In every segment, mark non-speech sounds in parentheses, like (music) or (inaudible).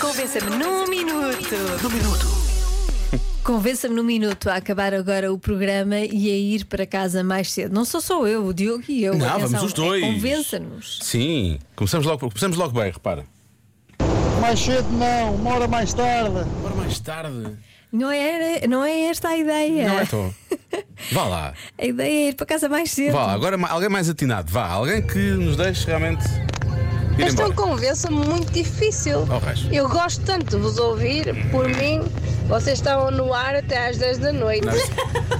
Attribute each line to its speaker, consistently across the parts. Speaker 1: Convença-me num minuto. Num minuto. Convença-me num minuto a acabar agora o programa e a ir para casa mais cedo. Não sou só eu, o Diogo e eu.
Speaker 2: Não,
Speaker 1: Atenção,
Speaker 2: vamos os
Speaker 1: é,
Speaker 2: dois.
Speaker 1: Convença-nos.
Speaker 2: Sim, começamos logo, começamos logo bem, repara.
Speaker 3: Mais cedo não, uma hora mais tarde.
Speaker 2: Agora mais tarde.
Speaker 1: Não, era, não é esta a ideia.
Speaker 2: Não é então. Vá lá,
Speaker 1: A ideia é ir para casa mais cedo.
Speaker 2: vá lá. Agora ma- alguém mais atinado, vá. Alguém que nos deixe realmente ir
Speaker 4: Esta é
Speaker 2: embora.
Speaker 4: uma conversa muito difícil.
Speaker 2: Ao resto. Uhum.
Speaker 4: Eu gosto tanto de vos ouvir, por mim, vocês estavam no ar até às 10 da noite.
Speaker 2: Não, isso,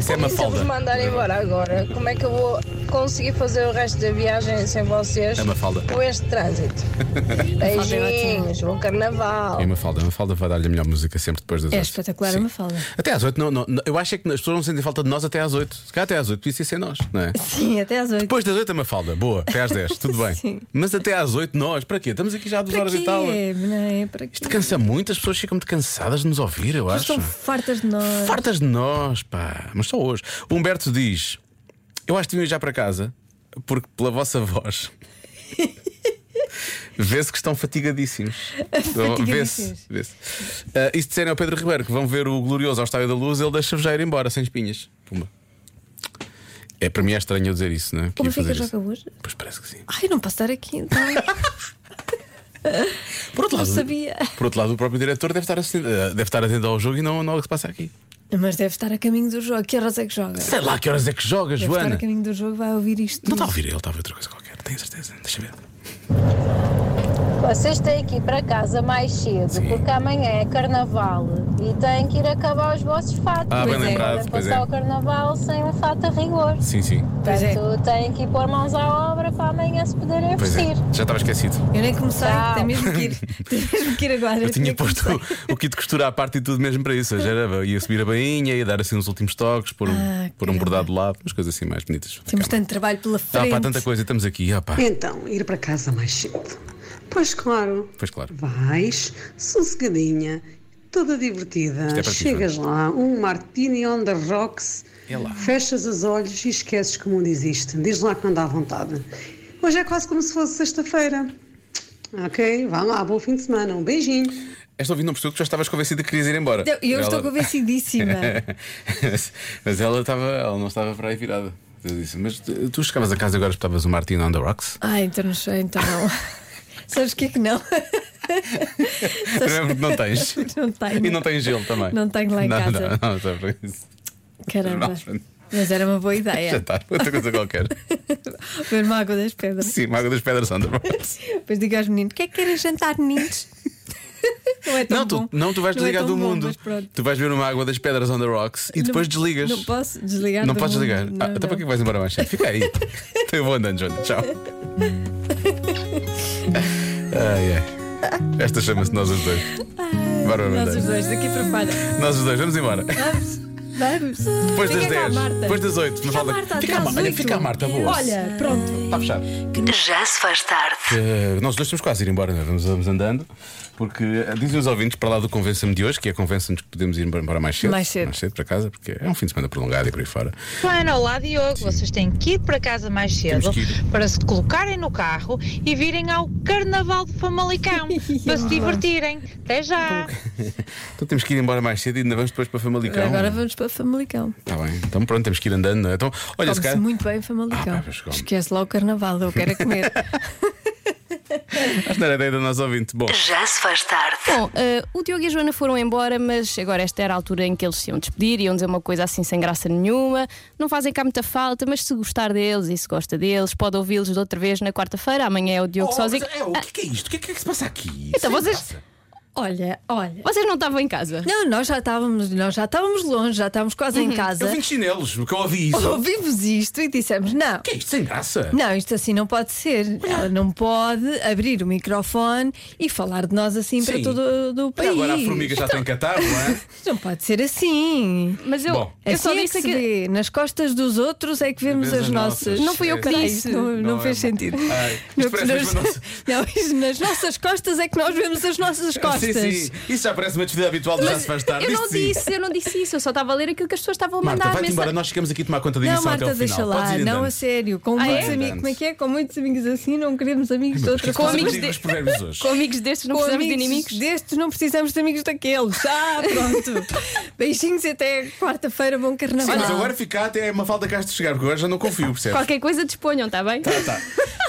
Speaker 2: isso é uma
Speaker 4: E (laughs) se eu vos
Speaker 2: falda.
Speaker 4: mandar embora agora, como é que eu vou conseguir fazer o resto da viagem sem vocês?
Speaker 2: É uma falda.
Speaker 4: Com
Speaker 2: (laughs)
Speaker 4: este trânsito.
Speaker 1: ótima.
Speaker 4: Beijinhos, bom carnaval.
Speaker 2: É uma falda. Uma falda vai dar-lhe a melhor música sempre depois das
Speaker 1: É
Speaker 2: oito.
Speaker 1: espetacular,
Speaker 2: Sim.
Speaker 1: uma falda.
Speaker 2: Até às 8, não, não, não, eu acho é que as pessoas não sentem falta de nós até às 8. Se calhar até às 8 podia ser nós, não é?
Speaker 1: Sim, até às oito.
Speaker 2: Depois das 8 é uma falda, boa, até às 10, tudo bem.
Speaker 1: Sim.
Speaker 2: Mas até às 8 nós, para quê? Estamos aqui já há duas
Speaker 1: Para
Speaker 2: horas
Speaker 1: quê?
Speaker 2: e tal.
Speaker 1: Não é? Para quê?
Speaker 2: Isto cansa muito, as pessoas ficam muito cansadas de nos ouvir, eu acho.
Speaker 1: Estão fartas de nós.
Speaker 2: Fartas de nós, pá, mas só hoje. O Humberto diz: Eu acho que deviam ir já para casa, porque pela vossa
Speaker 1: (laughs)
Speaker 2: voz. Vê-se que estão fatigadíssimos. Vê-se.
Speaker 1: Fatigadíssimos.
Speaker 2: Vê-se. Ah, e se disserem ao Pedro Ribeiro que vão ver o Glorioso ao Estádio da Luz, ele deixa-vos já ir embora, sem espinhas. Pumba. É, para mim é estranho eu dizer isso, não é? Que
Speaker 1: O
Speaker 2: ia
Speaker 1: Benfica
Speaker 2: fazer isso.
Speaker 1: joga hoje?
Speaker 2: Pois parece que sim.
Speaker 1: Ai, não posso estar aqui então.
Speaker 2: (laughs) Por outro
Speaker 1: Não
Speaker 2: lado,
Speaker 1: sabia.
Speaker 2: Por outro lado, o próprio diretor deve estar, assistindo- ah, deve estar atento ao jogo e não, não ao que se passa aqui.
Speaker 1: Mas deve estar a caminho do jogo. Que horas é que joga? Deve
Speaker 2: Sei lá que horas é que joga,
Speaker 1: estar
Speaker 2: Joana.
Speaker 1: a caminho do jogo, vai ouvir isto.
Speaker 2: Não está a ouvir, ele está a ouvir outra coisa qualquer, tenho certeza. Deixa ver.
Speaker 4: Vocês têm que ir para casa mais cedo, porque amanhã é carnaval e têm que ir acabar os vossos fatos.
Speaker 2: Ah, bem
Speaker 4: Não
Speaker 2: lembrado,
Speaker 4: podem
Speaker 2: pois
Speaker 4: passar
Speaker 2: é.
Speaker 4: o carnaval sem um fato a rigor.
Speaker 2: Sim, sim.
Speaker 1: Pois é.
Speaker 4: Portanto, têm que ir pôr mãos à obra para amanhã se poderem
Speaker 2: Pois é.
Speaker 4: vestir.
Speaker 2: Já estava esquecido.
Speaker 1: Eu nem comecei,
Speaker 4: Tchau.
Speaker 1: tem mesmo
Speaker 2: (laughs)
Speaker 1: que ir. Tem mesmo que ir agora.
Speaker 2: Eu tinha
Speaker 1: que
Speaker 2: posto
Speaker 1: começar.
Speaker 2: o kit de costura à parte e tudo mesmo para isso. Eu Já era, ia subir a bainha, ia dar assim uns últimos toques, pôr um,
Speaker 1: Ah,
Speaker 2: pôr um
Speaker 1: caramba.
Speaker 2: bordado de lado, umas coisas assim mais bonitas.
Speaker 1: Temos tanto trabalho pela
Speaker 2: Ah,
Speaker 1: frente.
Speaker 2: pá, tanta coisa, e estamos aqui. Ah, pá.
Speaker 5: Então, ir para casa mais cedo. Pois claro,
Speaker 2: Pois claro.
Speaker 5: vais, sossegadinha, toda divertida.
Speaker 2: Isto é para ti,
Speaker 5: Chegas lá, um martini on the rocks,
Speaker 2: É lá.
Speaker 5: fechas os olhos e esqueces que o mundo existe. Diz lá que não dá vontade. Hoje é quase como se fosse sexta-feira. Ok, vá lá, bom fim de semana, um beijinho.
Speaker 2: Esta ouvindo não percebeu que já estavas convencida que querias ir embora.
Speaker 1: Eu, eu estou
Speaker 2: Ela-
Speaker 1: convencidíssima.
Speaker 2: (laughs) Mas ela, estava, ela não estava para aí virada. Eu disse, mas tu tu chegavas a casa agora estavas o Martin on the Rocks?
Speaker 1: Ai, então não sei, então
Speaker 2: (laughs)
Speaker 1: não. Sabes o que é que não?
Speaker 2: Primeiro porque (laughs) não tens.
Speaker 1: Não tenho.
Speaker 2: E não tens gelo também.
Speaker 1: Não tenho lá em
Speaker 2: não,
Speaker 1: casa.
Speaker 2: Não, tá não, só para isso.
Speaker 1: Caramba.
Speaker 2: Não.
Speaker 1: Mas era uma boa
Speaker 2: Já tá.
Speaker 1: (laughs) ideia.
Speaker 2: está, outra coisa qualquer.
Speaker 1: Ver uma água das pedras.
Speaker 2: Sim, uma água das pedras Underbox.
Speaker 1: Depois digo aos meninos: o que é que querem jantar,
Speaker 2: (laughs)
Speaker 1: meninos? Não é tão
Speaker 2: Não, tu,
Speaker 1: bom.
Speaker 2: não, tu vais
Speaker 1: é
Speaker 2: desligar
Speaker 1: tão
Speaker 2: do
Speaker 1: bom,
Speaker 2: mundo.
Speaker 1: mas pronto.
Speaker 2: Tu vais ver uma água das pedras on the rocks e depois
Speaker 1: Não-
Speaker 2: desligas.
Speaker 1: Não posso desligar.
Speaker 2: Não
Speaker 1: do
Speaker 2: podes
Speaker 1: mundo,
Speaker 2: desligar.
Speaker 1: não,
Speaker 2: ah, então
Speaker 1: não.
Speaker 2: para que é que vais embora mais cedo? Fica
Speaker 1: (laughs)
Speaker 2: aí. então eu vou andando, Joana. Tchau. ai,
Speaker 1: (laughs)
Speaker 2: ai. Esta chama-se Nós os Dois. Bárbara
Speaker 1: Nós os
Speaker 2: Bandeira.
Speaker 1: dois, daqui para fora.
Speaker 2: Nós os dois, vamos embora.
Speaker 1: Vamos, vamos.
Speaker 2: Depois das
Speaker 1: Fica cá,
Speaker 2: 10,
Speaker 1: Marta.
Speaker 2: depois das 8.
Speaker 1: Fica a Marta,
Speaker 2: fica, a,
Speaker 1: até às
Speaker 2: olha,
Speaker 1: oito.
Speaker 2: fica a Marta, boa.
Speaker 1: Olha, pronto.
Speaker 2: Está fechado.
Speaker 6: Já se faz tarde.
Speaker 2: Eh, nós dois estamos quase a ir embora, não é? vamos, vamos andando, porque eh, dizem os ouvintes para lá do Convença-me de hoje, que é convença-nos que podemos ir embora mais cedo,
Speaker 1: Mais cedo.
Speaker 2: para casa, porque é um fim de semana prolongado e por aí fora.
Speaker 7: Joana, olá Diogo, vocês têm que ir para casa mais cedo
Speaker 2: Temos que ir.
Speaker 7: para se colocarem no carro e virem ao Carnaval de
Speaker 2: (laughs)
Speaker 7: Famalicão para se divertirem. Até já!
Speaker 2: Então temos que ir embora mais cedo e ainda vamos depois para Famalicão.
Speaker 1: Agora vamos para Famalicão.
Speaker 2: Está bem, então pronto, temos que ir andando, não é? Então, olha,
Speaker 1: Come-se
Speaker 2: se calhar.
Speaker 1: muito bem em
Speaker 2: Ah,
Speaker 1: Famalicão.
Speaker 2: pá, mas como?
Speaker 1: Esquece lá o carnaval, eu quero é
Speaker 2: (laughs)
Speaker 1: comer.
Speaker 2: Acho que não era a ideia do nosso ouvinte. Bom,
Speaker 6: Já se faz tarde.
Speaker 8: Bom, eh, o Diogo e a Joana foram embora, mas agora esta era a altura em que eles se iam despedir, iam dizer uma coisa assim sem graça nenhuma. Não fazem cá muita falta, mas se gostar deles e se gosta deles, pode ouvi-los de outra vez na quarta-feira. Amanhã é o Diogo sozinho.
Speaker 2: o que é isto? O que é que se passa aqui?
Speaker 8: Então, Sem vocês- graça.
Speaker 1: olha, olha.
Speaker 8: Vocês não estavam em casa?
Speaker 1: Não, nós já estávamos, nós já estávamos longe, já estávamos quase em
Speaker 2: Uhum. Eu
Speaker 1: casa.
Speaker 2: vim de chinelos, É o que eu ouvi
Speaker 1: (laughs)
Speaker 2: isso. O
Speaker 1: Ouvimos isto e dissemos: não,
Speaker 2: que é isto? Sem graça.
Speaker 1: não, isto assim não pode ser. Ela não pode abrir o microfone e falar de nós assim para
Speaker 2: Sim.
Speaker 1: todo o
Speaker 2: Olha,
Speaker 1: país.
Speaker 2: Agora a formiga já tem catarro, não é?
Speaker 1: Não pode ser assim.
Speaker 8: Mas eu,
Speaker 2: Bom.
Speaker 8: eu só
Speaker 1: Assim é que
Speaker 8: disse
Speaker 1: se
Speaker 8: que.
Speaker 1: vê. Nas costas dos outros é que vemos
Speaker 2: Vês
Speaker 1: as
Speaker 2: as
Speaker 1: nossas.
Speaker 2: nossas. Não fui eu que
Speaker 1: Carai,
Speaker 8: disse.
Speaker 1: isto Não, não
Speaker 2: Não é
Speaker 1: fez (laughs)
Speaker 2: mau.
Speaker 1: sentido.
Speaker 2: Ai, isto
Speaker 1: (laughs) Não,
Speaker 2: parece mesmo
Speaker 1: nas- não, isto nas nossas costas é que nós vemos as nossas costas.
Speaker 2: Sim,
Speaker 1: costas.
Speaker 2: sim. Isso já parece uma despedida habitual do Já se faz tarde.
Speaker 8: eu não
Speaker 2: Isto sim.
Speaker 8: disse, eu não disse isso, eu só estava a ler aquilo que as pessoas estavam a mandar.
Speaker 2: Marta, vai-te
Speaker 8: mensagem.
Speaker 2: embora, nós chegamos aqui a tomar conta da
Speaker 1: Não,
Speaker 2: emissão
Speaker 1: Marta,
Speaker 2: até ao final.
Speaker 1: deixa
Speaker 2: Podes
Speaker 1: lá.
Speaker 2: ir
Speaker 1: Não,
Speaker 2: andando.
Speaker 1: a sério. Com
Speaker 8: Ah, é?
Speaker 1: muitos amigos. Como é que é? Com muitos amigos assim, não queremos amigos de
Speaker 2: Mas
Speaker 1: outra
Speaker 2: porquê que
Speaker 1: coisa.
Speaker 2: estás a
Speaker 8: amigos
Speaker 2: dizer
Speaker 8: de-
Speaker 2: os provérbios hoje?
Speaker 8: Com amigos destes não
Speaker 1: Com
Speaker 8: precisamos de inimigos.
Speaker 1: destes, não precisamos de amigos daqueles. Ah, pronto.
Speaker 8: (laughs)
Speaker 1: Beijinhos e até quarta-feira, bom
Speaker 2: Sim,
Speaker 1: carnaval.
Speaker 2: mas agora ficar até é uma falta cá de chegar, porque agora já não confio, percebes?
Speaker 8: Qualquer coisa disponham, está bem?
Speaker 1: Está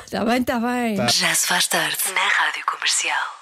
Speaker 1: Tá bem, está bem.
Speaker 6: Já se faz tarde na Rádio Comercial.